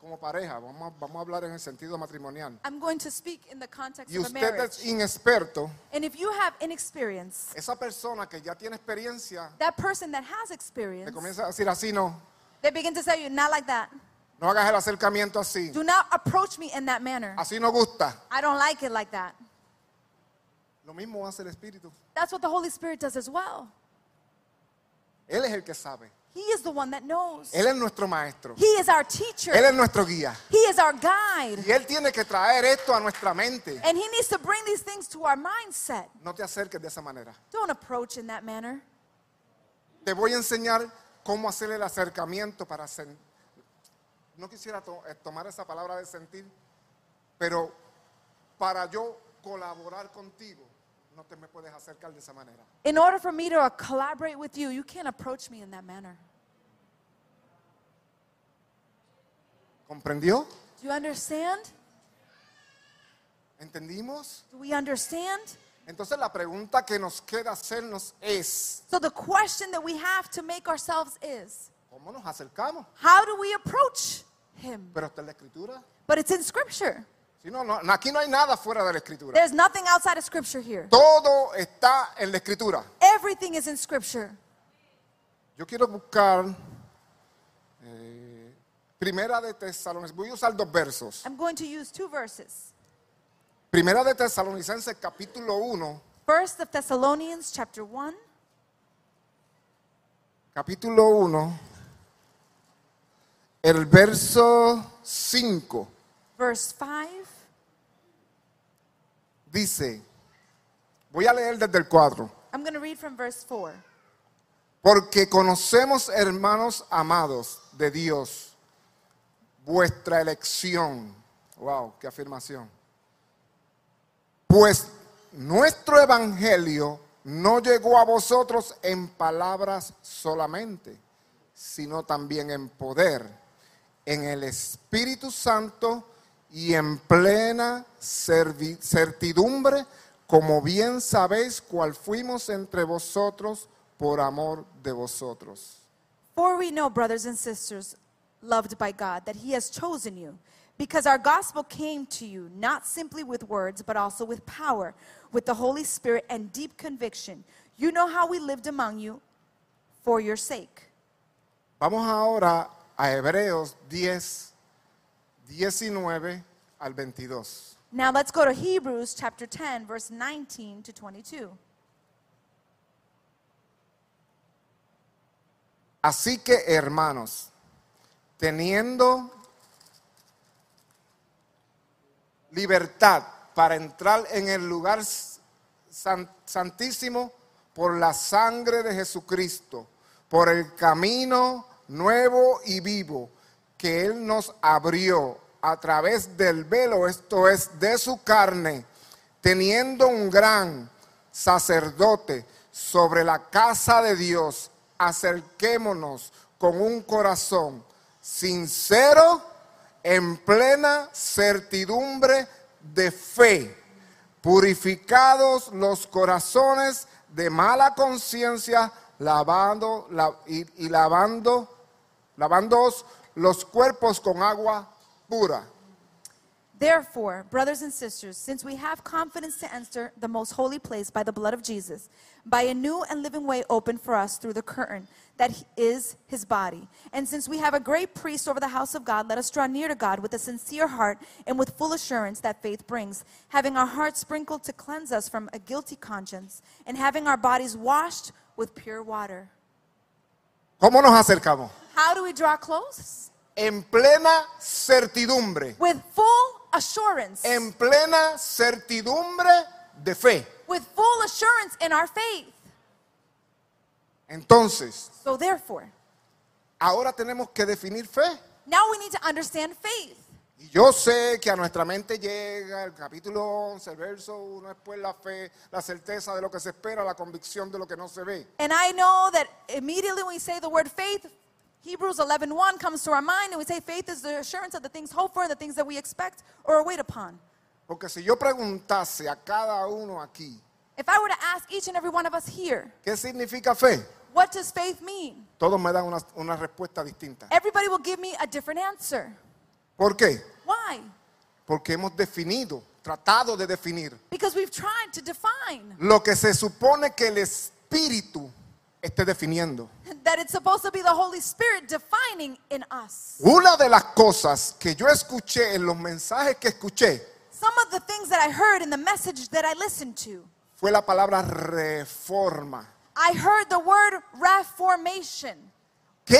S1: como pareja, vamos a, vamos a hablar en el sentido matrimonial,
S2: I'm going to speak in the context
S1: y
S2: of a
S1: usted
S2: marriage.
S1: es inexperto,
S2: And if you have inexperience,
S1: esa persona que ya tiene experiencia
S2: that person that has
S1: te
S2: experience,
S1: comienza a decir así, no,
S2: they begin to tell you, not like that.
S1: no hagas el acercamiento así,
S2: Do not approach me in that manner.
S1: así no gusta.
S2: I don't like it like that.
S1: Lo mismo hace el Espíritu.
S2: That's what the Holy Spirit does as well.
S1: Él es el que sabe.
S2: He is the one that knows.
S1: Él es nuestro maestro.
S2: He is our teacher.
S1: Él es nuestro guía.
S2: He is our guide.
S1: Y Él tiene que traer esto a nuestra mente.
S2: And He needs to bring these things to our mindset.
S1: No te acerques de esa manera.
S2: Don't approach in that manner.
S1: Te voy a enseñar cómo hacer el acercamiento para sen- No quisiera to- eh, tomar esa palabra de sentir, pero para yo colaborar contigo, no te me puedes acercar de esa manera.
S2: In order for me to uh, collaborate with you, you can't approach me in that manner.
S1: ¿Comprendió?
S2: Do you understand?
S1: ¿Entendimos?
S2: Do we understand?
S1: Entonces la pregunta que nos queda hacernos es,
S2: So the question that we have to make ourselves is,
S1: ¿cómo nos acercamos?
S2: how do we approach him?
S1: Pero está en la escritura.
S2: But it's in scripture.
S1: Si no, no, aquí no hay nada fuera de la escritura.
S2: There's nothing outside of scripture here.
S1: Todo está en la escritura.
S2: Everything is in scripture.
S1: Yo quiero buscar eh, Primera de Tesalonicenses. Voy a usar dos versos.
S2: I'm going to use two verses.
S1: Primera de Tesalonicenses capítulo 1,
S2: First of Thessalonians chapter 1,
S1: capítulo 1, el verso 5
S2: verse 5.
S1: dice, voy a leer desde el 4,
S2: I'm going to read from verse 4.
S1: porque conocemos hermanos amados de Dios, vuestra elección. Wow, qué afirmación. Pues nuestro evangelio no llegó a vosotros en palabras solamente, sino también en poder, en el Espíritu Santo y en plena servi- certidumbre, como bien sabéis cuál fuimos entre vosotros por amor de vosotros.
S2: For we know, brothers and sisters, loved by God, that He has chosen you, because our gospel came to you not simply with words, but also with power, with the Holy Spirit and deep conviction. You know how we lived among you for your sake.
S1: Vamos ahora a Hebreos 10, 19 al 22.
S2: Now let's go to Hebrews chapter 10, verse 19 to 22.
S1: Así que, hermanos, teniendo libertad para entrar en el lugar san- santísimo por la sangre de Jesucristo, por el camino nuevo y vivo que Él nos abrió a través del velo, esto es, de su carne, teniendo un gran sacerdote sobre la casa de Dios, acerquémonos con un corazón sincero, en plena certidumbre de fe, purificados los corazones de mala conciencia, lavando la- y, y lavando, lavándoos los cuerpos con agua pura.
S2: Therefore, brothers and sisters, since we have confidence to enter the most holy place by the blood of Jesus, by a new and living way opened for us through the curtain that he- is his body, and since we have a great priest over the house of God, let us draw near to God with a sincere heart and with full assurance that faith brings, having our hearts sprinkled to cleanse us from a guilty conscience, and having our bodies washed with pure water.
S1: ¿Cómo nos acercamos?
S2: How do we draw close?
S1: En plena certidumbre,
S2: With full assurance.
S1: en plena certidumbre de fe.
S2: With full assurance in our faith.
S1: Entonces,
S2: So therefore,
S1: ahora tenemos que definir fe.
S2: Now we need to understand faith.
S1: Y yo sé que a nuestra mente llega el capítulo 11, el verso 1, después la fe, la certeza de lo que se espera, la convicción de lo que no se ve.
S2: And I know that immediately when we say the word faith, Hebrews 11:1 comes to our mind and we say faith is the assurance of the things hoped for, the things that we expect or wait upon.
S1: Porque si yo preguntase a cada uno aquí,
S2: If I were to ask each and every one of us here,
S1: ¿qué significa fe?
S2: what does faith mean?
S1: Todos me dan una, una respuesta distinta.
S2: Everybody will give me a different answer.
S1: ¿Por qué?
S2: Why?
S1: Porque hemos definido, tratado de definir
S2: Because we've tried to define
S1: lo que se supone que el Espíritu esté definiendo.
S2: that it's supposed to be the Holy Spirit defining in us.
S1: Una de las cosas que yo escuché en los mensajes que escuché
S2: Some of the things that I heard in the message that I listened to,
S1: fue la palabra reforma.
S2: I heard the word reformation.
S1: ¿Qué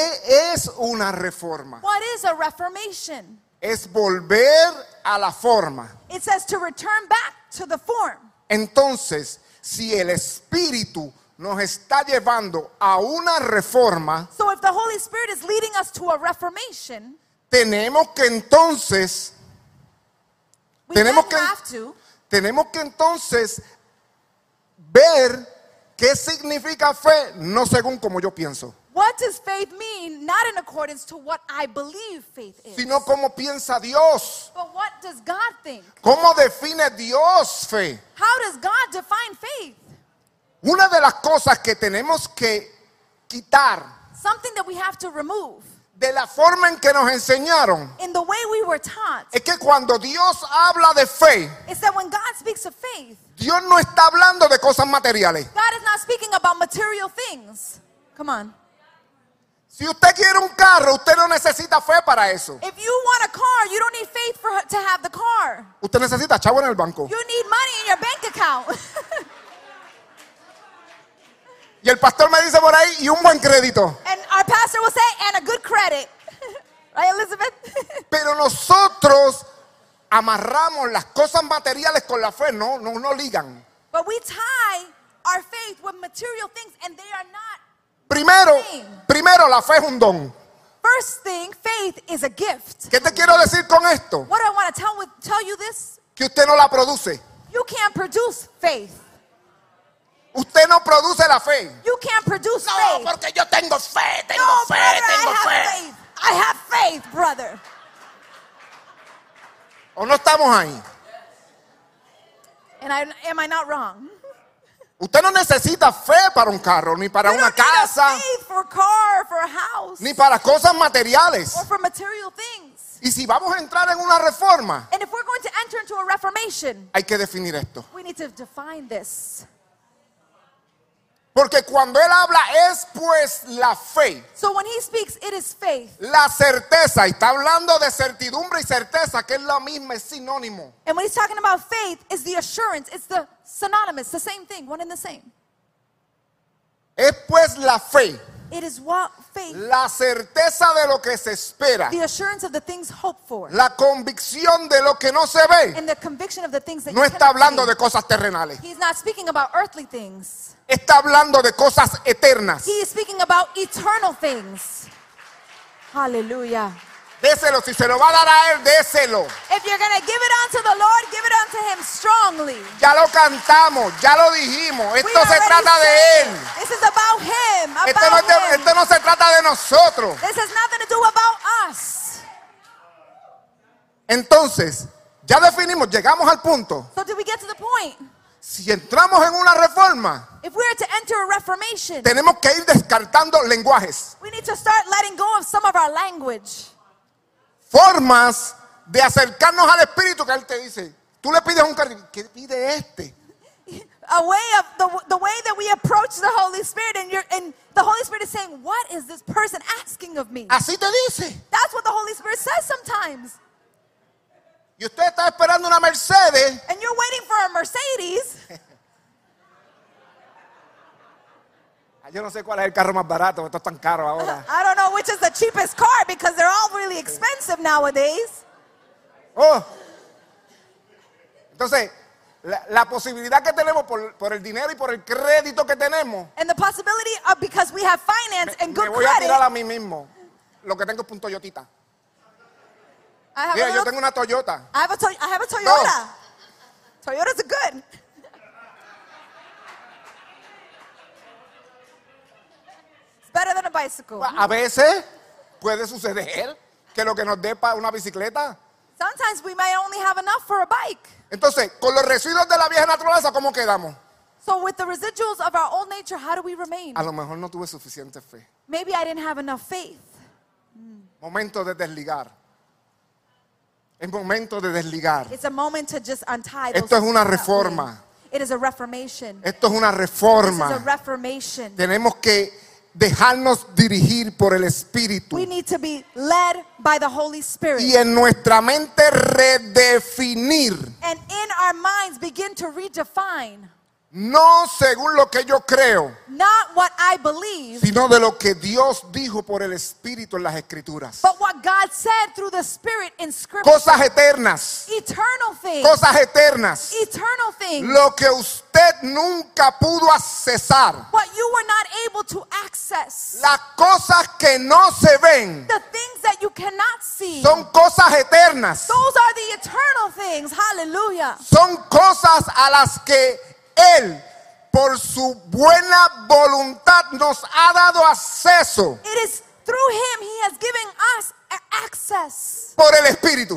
S1: es una reforma?
S2: What is a reformation?
S1: Es volver a la forma.
S2: It says to return back to the form.
S1: Entonces, si el Espíritu nos está llevando a una reforma,
S2: So if the Holy Spirit is leading us to a reformation,
S1: tenemos que entonces,
S2: we
S1: Tenemos
S2: then
S1: que-
S2: have to
S1: tenemos que entonces ver qué significa fe, no según como yo pienso,
S2: what does faith mean? Not in accordance to what I believe faith is.
S1: sino como piensa Dios.
S2: but what does God think?
S1: ¿Cómo define Dios fe?
S2: How does God define faith?
S1: Una de las cosas que tenemos que quitar
S2: Something that we have to remove.
S1: de la forma en que nos enseñaron
S2: In the way we were taught
S1: es que cuando Dios habla de fe,
S2: is that when God speaks of faith,
S1: Dios no está hablando de cosas materiales.
S2: God is not speaking about material things. Come on.
S1: Si usted quiere un carro, usted no necesita fe para eso.
S2: If you want a car, you don't need faith for to have the car.
S1: Usted necesita chavo en el banco.
S2: You need money in your bank account.
S1: Y el pastor me dice por ahí, y un buen crédito.
S2: and our pastor will say, and a good credit. right, Elizabeth?
S1: Pero nosotros amarramos las cosas materiales con la fe, no, no, no ligan.
S2: but we tie our faith with material things, and they are not.
S1: Primero, primero la fe es un don.
S2: First thing, faith is a gift.
S1: ¿Qué te quiero decir con esto?
S2: What do I want to tell, with, tell you this?
S1: Que usted no la produce.
S2: You can't produce faith.
S1: Usted no produce la fe.
S2: You can't produce faith.
S1: porque yo tengo fe, tengo
S2: no, brother, I have faith. I have faith, brother.
S1: ¿O no estamos ahí?
S2: And I, am I not wrong?
S1: Usted no necesita fe para un carro, ni para
S2: You
S1: una
S2: don't need a
S1: casa,
S2: faith for a car, for a house,
S1: ni para cosas materiales.
S2: or for material things.
S1: Y si vamos a entrar en una reforma,
S2: And if we're going to enter into a reformation,
S1: hay que definir esto.
S2: we need to define this.
S1: Porque cuando Él habla es pues la fe,
S2: So when he speaks, it is faith.
S1: la certeza. Y está hablando de certidumbre y certeza, que es la misma, es sinónimo.
S2: And when he's talking about faith, it's the assurance, it's the synonymous, the same thing, one and the same.
S1: Es pues la fe,
S2: It is what faith,
S1: la certeza de lo que se espera,
S2: the assurance of the things hoped for,
S1: la convicción de lo que no se ve.
S2: and the conviction of the things that
S1: No
S2: you
S1: está
S2: cannot
S1: hablando
S2: see.
S1: de cosas terrenales,
S2: He's not speaking about earthly things.
S1: está hablando de cosas eternas.
S2: He is speaking about eternal things. Hallelujah.
S1: Déselo, si se lo va a dar a Él, déselo.
S2: If you're going to give it unto the Lord, give it unto him strongly.
S1: Ya lo cantamos, ya lo dijimos.
S2: We
S1: Esto se
S2: already
S1: trata de
S2: said
S1: Él.
S2: it. This is about him,
S1: Esto no,
S2: about
S1: es de-
S2: him.
S1: esto no se trata de nosotros.
S2: This has nothing to do about us.
S1: Entonces, ya definimos, llegamos al punto.
S2: So did we get to the point?
S1: Si entramos en una reforma,
S2: If we are to enter a reformation,
S1: tenemos que ir descartando lenguajes,
S2: we need to start letting go of some of our language.
S1: formas de acercarnos al Espíritu que Él te dice. Tú le pides a un carril, ¿qué pide este?
S2: A way of the, the way that we approach the Holy Spirit, and, you're, and the Holy Spirit is saying, What is this person asking of me?
S1: Así te dice.
S2: That's what the Holy Spirit says sometimes.
S1: Y usted está esperando una Mercedes
S2: And you're waiting for a Mercedes.
S1: Ah, Yo no sé cuál es el carro más barato, esto es tan caro ahora.
S2: I don't know which is the cheapest car because they're all really expensive nowadays.
S1: Oh. Entonces, la, la posibilidad que tenemos por, por el dinero y por el crédito que tenemos,
S2: And the possibility of because we have finance
S1: me
S2: and good
S1: voy a tirar
S2: credit.
S1: a mí mismo. Lo que tengo es un Toyotita.
S2: I have, a
S1: Mira, yo
S2: little-
S1: tengo una Toyota.
S2: I have, a, Toy- I have a Toyota. Toyotas are good. it's better than a bicycle.
S1: A veces puede suceder que lo que nos dé para una bicicleta.
S2: Sometimes we may only have enough for a bike.
S1: Entonces, con los residuos de la vieja naturaleza, ¿cómo quedamos?
S2: So with the residuals of our old nature, how do we remain?
S1: A lo mejor no tuve suficiente fe.
S2: Maybe I didn't have enough faith.
S1: Momento de desligar. Es momento de desligar.
S2: It's a moment to just untie those
S1: Esto es una
S2: things that way.
S1: reforma.
S2: It is a reformation.
S1: Esto es una
S2: This is a
S1: reforma.
S2: reformation.
S1: Tenemos que dejarnos dirigir por el Espíritu
S2: We need to be led by the Holy Spirit.
S1: y en nuestra mente redefinir,
S2: And in our minds begin to redefine
S1: no según lo que yo creo,
S2: not what I believe,
S1: sino de lo que Dios dijo por el Espíritu en las Escrituras.
S2: but what God said through the Spirit in Scripture.
S1: Cosas eternas,
S2: Eternal things.
S1: cosas eternas.
S2: Eternal things.
S1: Lo que usted nunca pudo accesar,
S2: What you were not able to access.
S1: las cosas que no se ven,
S2: The things that you cannot see. Those
S1: son cosas eternas,
S2: are the eternal things. Hallelujah.
S1: son cosas a las que Él, por su buena voluntad, nos ha dado acceso
S2: It is through Him He has given us a- access
S1: por el Espíritu.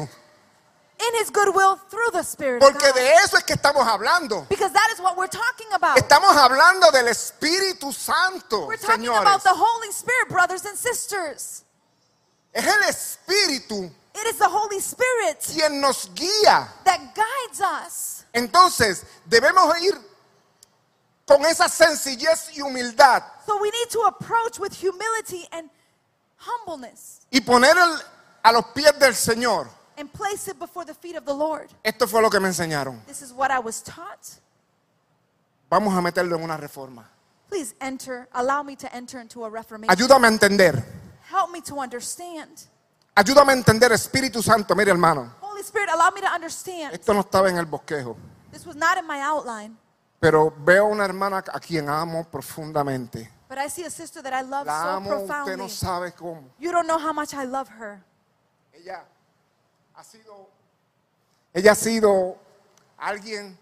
S2: in His goodwill through the Spirit. of
S1: Porque
S2: God.
S1: de eso es que estamos hablando.
S2: Because that is what we're talking about.
S1: Estamos hablando del Espíritu Santo,
S2: We're talking
S1: señores.
S2: about the Holy Spirit, brothers and sisters.
S1: Es el Espíritu
S2: It is the Holy Spirit
S1: quien nos guía.
S2: that guides us.
S1: Entonces, debemos ir con esa sencillez y humildad
S2: So we need to approach with humility and humbleness
S1: y poner el- a los pies del Señor.
S2: and place it before the feet of the Lord.
S1: Esto fue lo que me enseñaron.
S2: This is what I was taught.
S1: Vamos a meterlo en una reforma.
S2: Please enter, allow me to enter into a reformation.
S1: Ayúdame a entender.
S2: Help me to understand.
S1: Ayúdame a entender, Espíritu Santo. Mire, hermano,
S2: Holy Spirit, allow me to understand.
S1: esto no estaba en el bosquejo,
S2: This was not in my outline,
S1: pero veo una hermana a quien amo profundamente.
S2: but I see a sister that I love
S1: La
S2: so
S1: amo, usted
S2: profoundly.
S1: no sabe cómo.
S2: You don't know how much I love her.
S1: Ella ha sido, ella ha sido alguien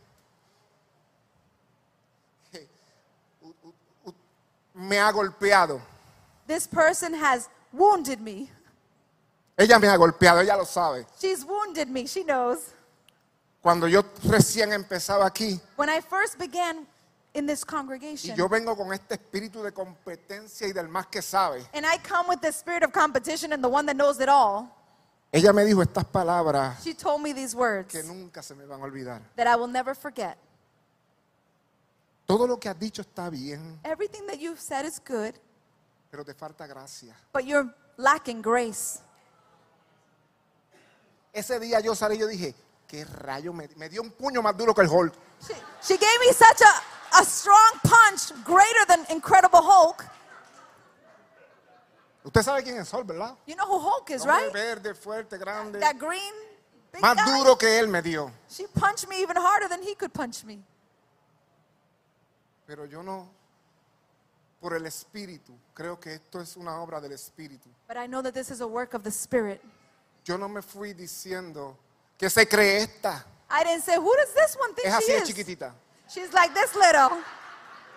S1: que u- u- u- me ha golpeado.
S2: This person has wounded me.
S1: Ella me ha golpeado, ella lo sabe.
S2: She's wounded me. She knows.
S1: Cuando yo recién empezaba aquí,
S2: When I first began in this
S1: y
S2: congregation,
S1: yo vengo con este espíritu de competencia y del más que sabe,
S2: and I come with the spirit of competition and the one that knows it all,
S1: ella me dijo estas palabras
S2: she told me these words
S1: que nunca se me van a olvidar.
S2: that I will never forget.
S1: Todo lo que has dicho está bien,
S2: Everything that you've said is good,
S1: pero te falta gracia.
S2: but you're lacking grace.
S1: Ese día yo salí y yo dije, qué rayo, me, me dio un puño más duro que el Hulk.
S2: She, she gave me such a, a strong punch, greater than Incredible Hulk.
S1: Usted sabe quién es Hulk, ¿verdad?
S2: You know who Hulk is,
S1: Hombre
S2: right?
S1: verde, fuerte, grande.
S2: That green big
S1: Más
S2: guy.
S1: duro que él me dio.
S2: She punched me even harder than he could punch me.
S1: Pero yo no, por el Espíritu, creo que esto es una obra del Espíritu.
S2: But I know that this is a work of the Spirit.
S1: Yo no me fui diciendo que se cree esta.
S2: I didn't say, who does this one think
S1: Es
S2: she
S1: así, es
S2: is?
S1: chiquitita.
S2: She's like this little.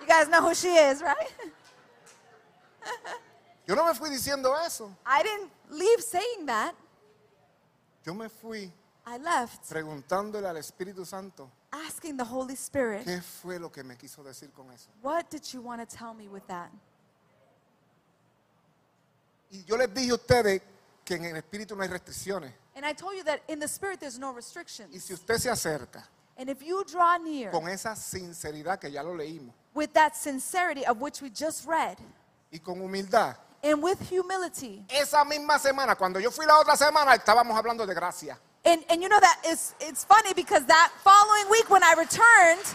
S2: You guys know who she is, right?
S1: Yo no me fui diciendo eso.
S2: I didn't leave saying that.
S1: Yo me fui
S2: I left
S1: preguntándole al Espíritu Santo
S2: asking the Holy Spirit,
S1: qué fue lo que me quiso decir con eso.
S2: what did you want to tell me with that?
S1: Y yo les dije a ustedes que en el Espíritu no hay restricciones.
S2: And I told you that in the Spirit there's no
S1: Y
S2: restrictions.
S1: si usted se acerca
S2: And if you draw near
S1: con esa sinceridad que ya lo leímos
S2: with that sincerity of which we just read,
S1: y con humildad,
S2: and with humility,
S1: esa misma semana, cuando yo fui la otra semana, estábamos hablando de gracia.
S2: And, and you know that it's, it's funny because that following week when I returned,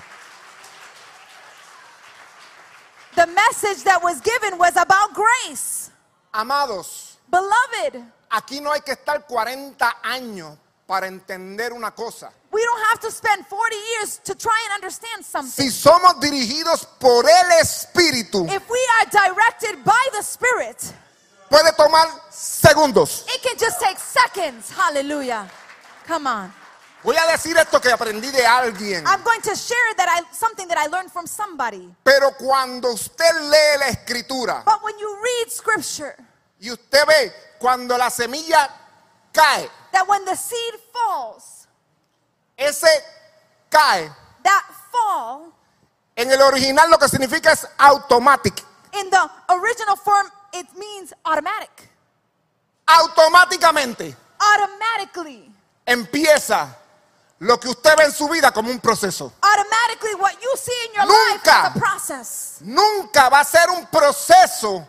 S2: the message that was given was about grace.
S1: Amados,
S2: Beloved,
S1: Aquí no hay que estar 40 años para entender una cosa.
S2: we don't have to spend 40 years to try and understand
S1: Si
S2: something.
S1: somos dirigidos por el Espíritu,
S2: If we are directed by the Spirit,
S1: puede tomar segundos.
S2: it can just take seconds. Hallelujah. Come on.
S1: Voy a decir esto que aprendí de alguien.
S2: I'm going to share that I, something that I learned from somebody.
S1: Pero cuando usted lee la escritura
S2: But when you read scripture,
S1: y usted ve cuando la semilla cae,
S2: that when the seed falls,
S1: ese cae,
S2: that fall
S1: en el original lo que significa es automatic.
S2: In the original form, it means automatic.
S1: Automáticamente
S2: Automatically.
S1: empieza lo que usted ve en su vida como un proceso.
S2: Automatically, what you see in your
S1: Nunca.
S2: life is a process.
S1: Nunca va a ser un proceso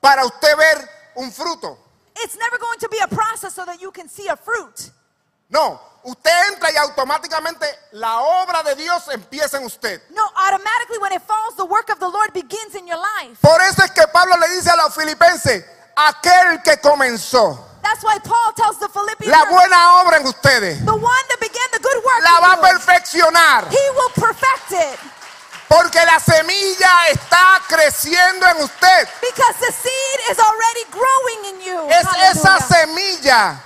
S1: para usted ver un fruto.
S2: It's never going to be a process so that you can see a fruit.
S1: No, usted entra y automáticamente la obra de Dios empieza en usted.
S2: No, automatically, when it falls, the work of the Lord begins in your life.
S1: Por eso es que Pablo le dice a los filipenses, aquel que comenzó
S2: That's why Paul tells the Philippians
S1: la buena obra en ustedes,
S2: the one that began the good work,
S1: la va a
S2: in you,
S1: perfeccionar,
S2: he will perfect it
S1: porque la semilla está creciendo en usted.
S2: because the seed is already growing in you.
S1: Es esa
S2: Hallelujah.
S1: semilla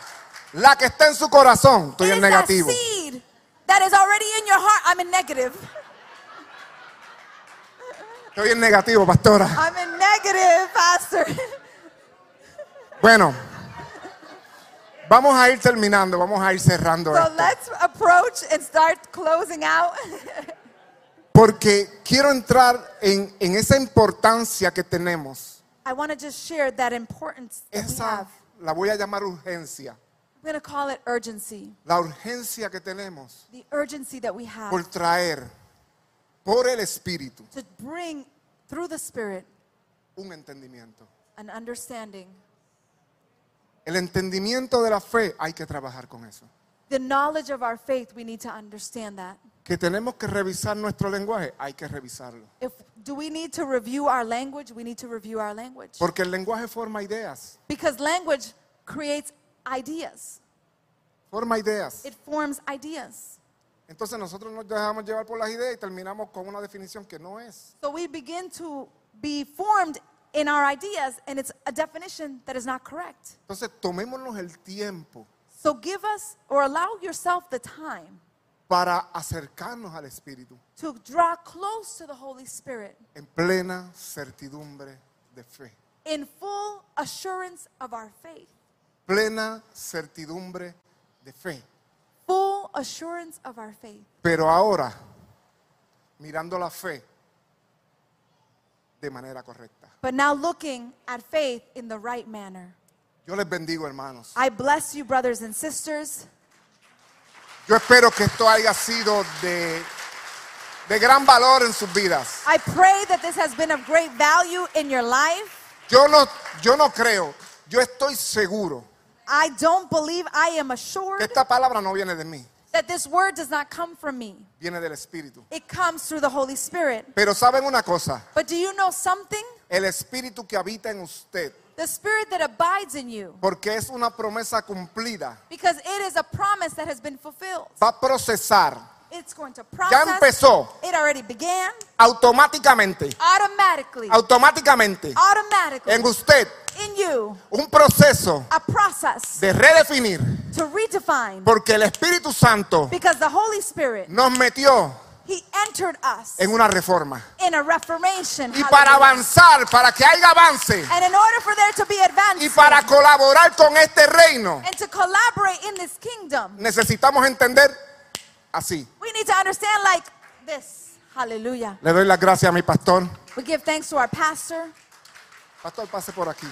S1: la que está en su corazón. Estoy
S2: It
S1: en
S2: is that
S1: negativo.
S2: seed that is already in your heart. I'm in negative.
S1: Estoy en negativo, pastora.
S2: I'm in negative, Pastor.
S1: Bueno, vamos a ir terminando, vamos a ir cerrando
S2: so
S1: esto,
S2: let's approach and start closing out
S1: porque quiero entrar en, en esa importancia que tenemos.
S2: i want to just share that importance that we
S1: Esa
S2: have
S1: la voy a llamar urgencia,
S2: i'm going to call it urgency
S1: la urgencia que tenemos
S2: the urgency that we have
S1: por traer por el Espíritu
S2: to bring through the spirit
S1: un entendimiento.
S2: an understanding
S1: El entendimiento de la fe hay que trabajar con eso.
S2: the knowledge of our faith we need to understand that
S1: Que tenemos que revisar nuestro lenguaje, hay que revisarlo.
S2: if do we need to review our language we need to review our language
S1: Porque el lenguaje forma ideas,
S2: because language creates ideas
S1: forma ideas.
S2: it forms ideas
S1: Entonces nosotros nos dejamos llevar por las ideas y terminamos con una definición que no es.
S2: So we begin to be formed in our ideas, and it's a definition that is not correct.
S1: Entonces tomémonos el tiempo
S2: So give us or allow yourself the time
S1: para acercarnos al Espíritu
S2: to draw close to the Holy Spirit
S1: en plena certidumbre de fe,
S2: in full assurance of our faith.
S1: plena certidumbre de fe.
S2: Full assurance of our faith.
S1: Pero ahora, mirando la fe de manera correcta.
S2: But now looking at faith in the right manner.
S1: Yo les bendigo, hermanos.
S2: I bless you, brothers and sisters.
S1: Yo espero que esto haya sido de de gran valor en sus vidas.
S2: I pray that this has been of great value in your life.
S1: Yo no, yo no creo, yo estoy seguro
S2: I don't believe I am
S1: que
S2: assured
S1: esta palabra no viene de mí,
S2: that this word does not come from me.
S1: viene del Espíritu.
S2: It comes through the Holy Spirit.
S1: Pero saben una cosa,
S2: But do you know something?
S1: el Espíritu que habita en usted,
S2: The Spirit that abides in you,
S1: porque es una promesa cumplida,
S2: because it is a promise that has been fulfilled.
S1: va a procesar
S2: It's going to
S1: Ya
S2: process.
S1: empezó.
S2: It already began
S1: automáticamente,
S2: automatically.
S1: automáticamente
S2: Automatically
S1: en usted
S2: in you,
S1: un proceso
S2: a process
S1: de redefinir,
S2: to redefine.
S1: porque el Espíritu Santo
S2: Because the Holy Spirit,
S1: nos metió
S2: He entered us
S1: en una reforma.
S2: in a reformation.
S1: Y para
S2: Hallelujah.
S1: avanzar, para que haya avance
S2: And in order for there to be
S1: y
S2: advancement
S1: para colaborar con este reino,
S2: and to collaborate in this kingdom,
S1: necesitamos entender así.
S2: we need to understand like this. Hallelujah.
S1: Le doy las gracias a mi pastor.
S2: We give thanks to our pastor.
S1: Pastor, pase por aquí.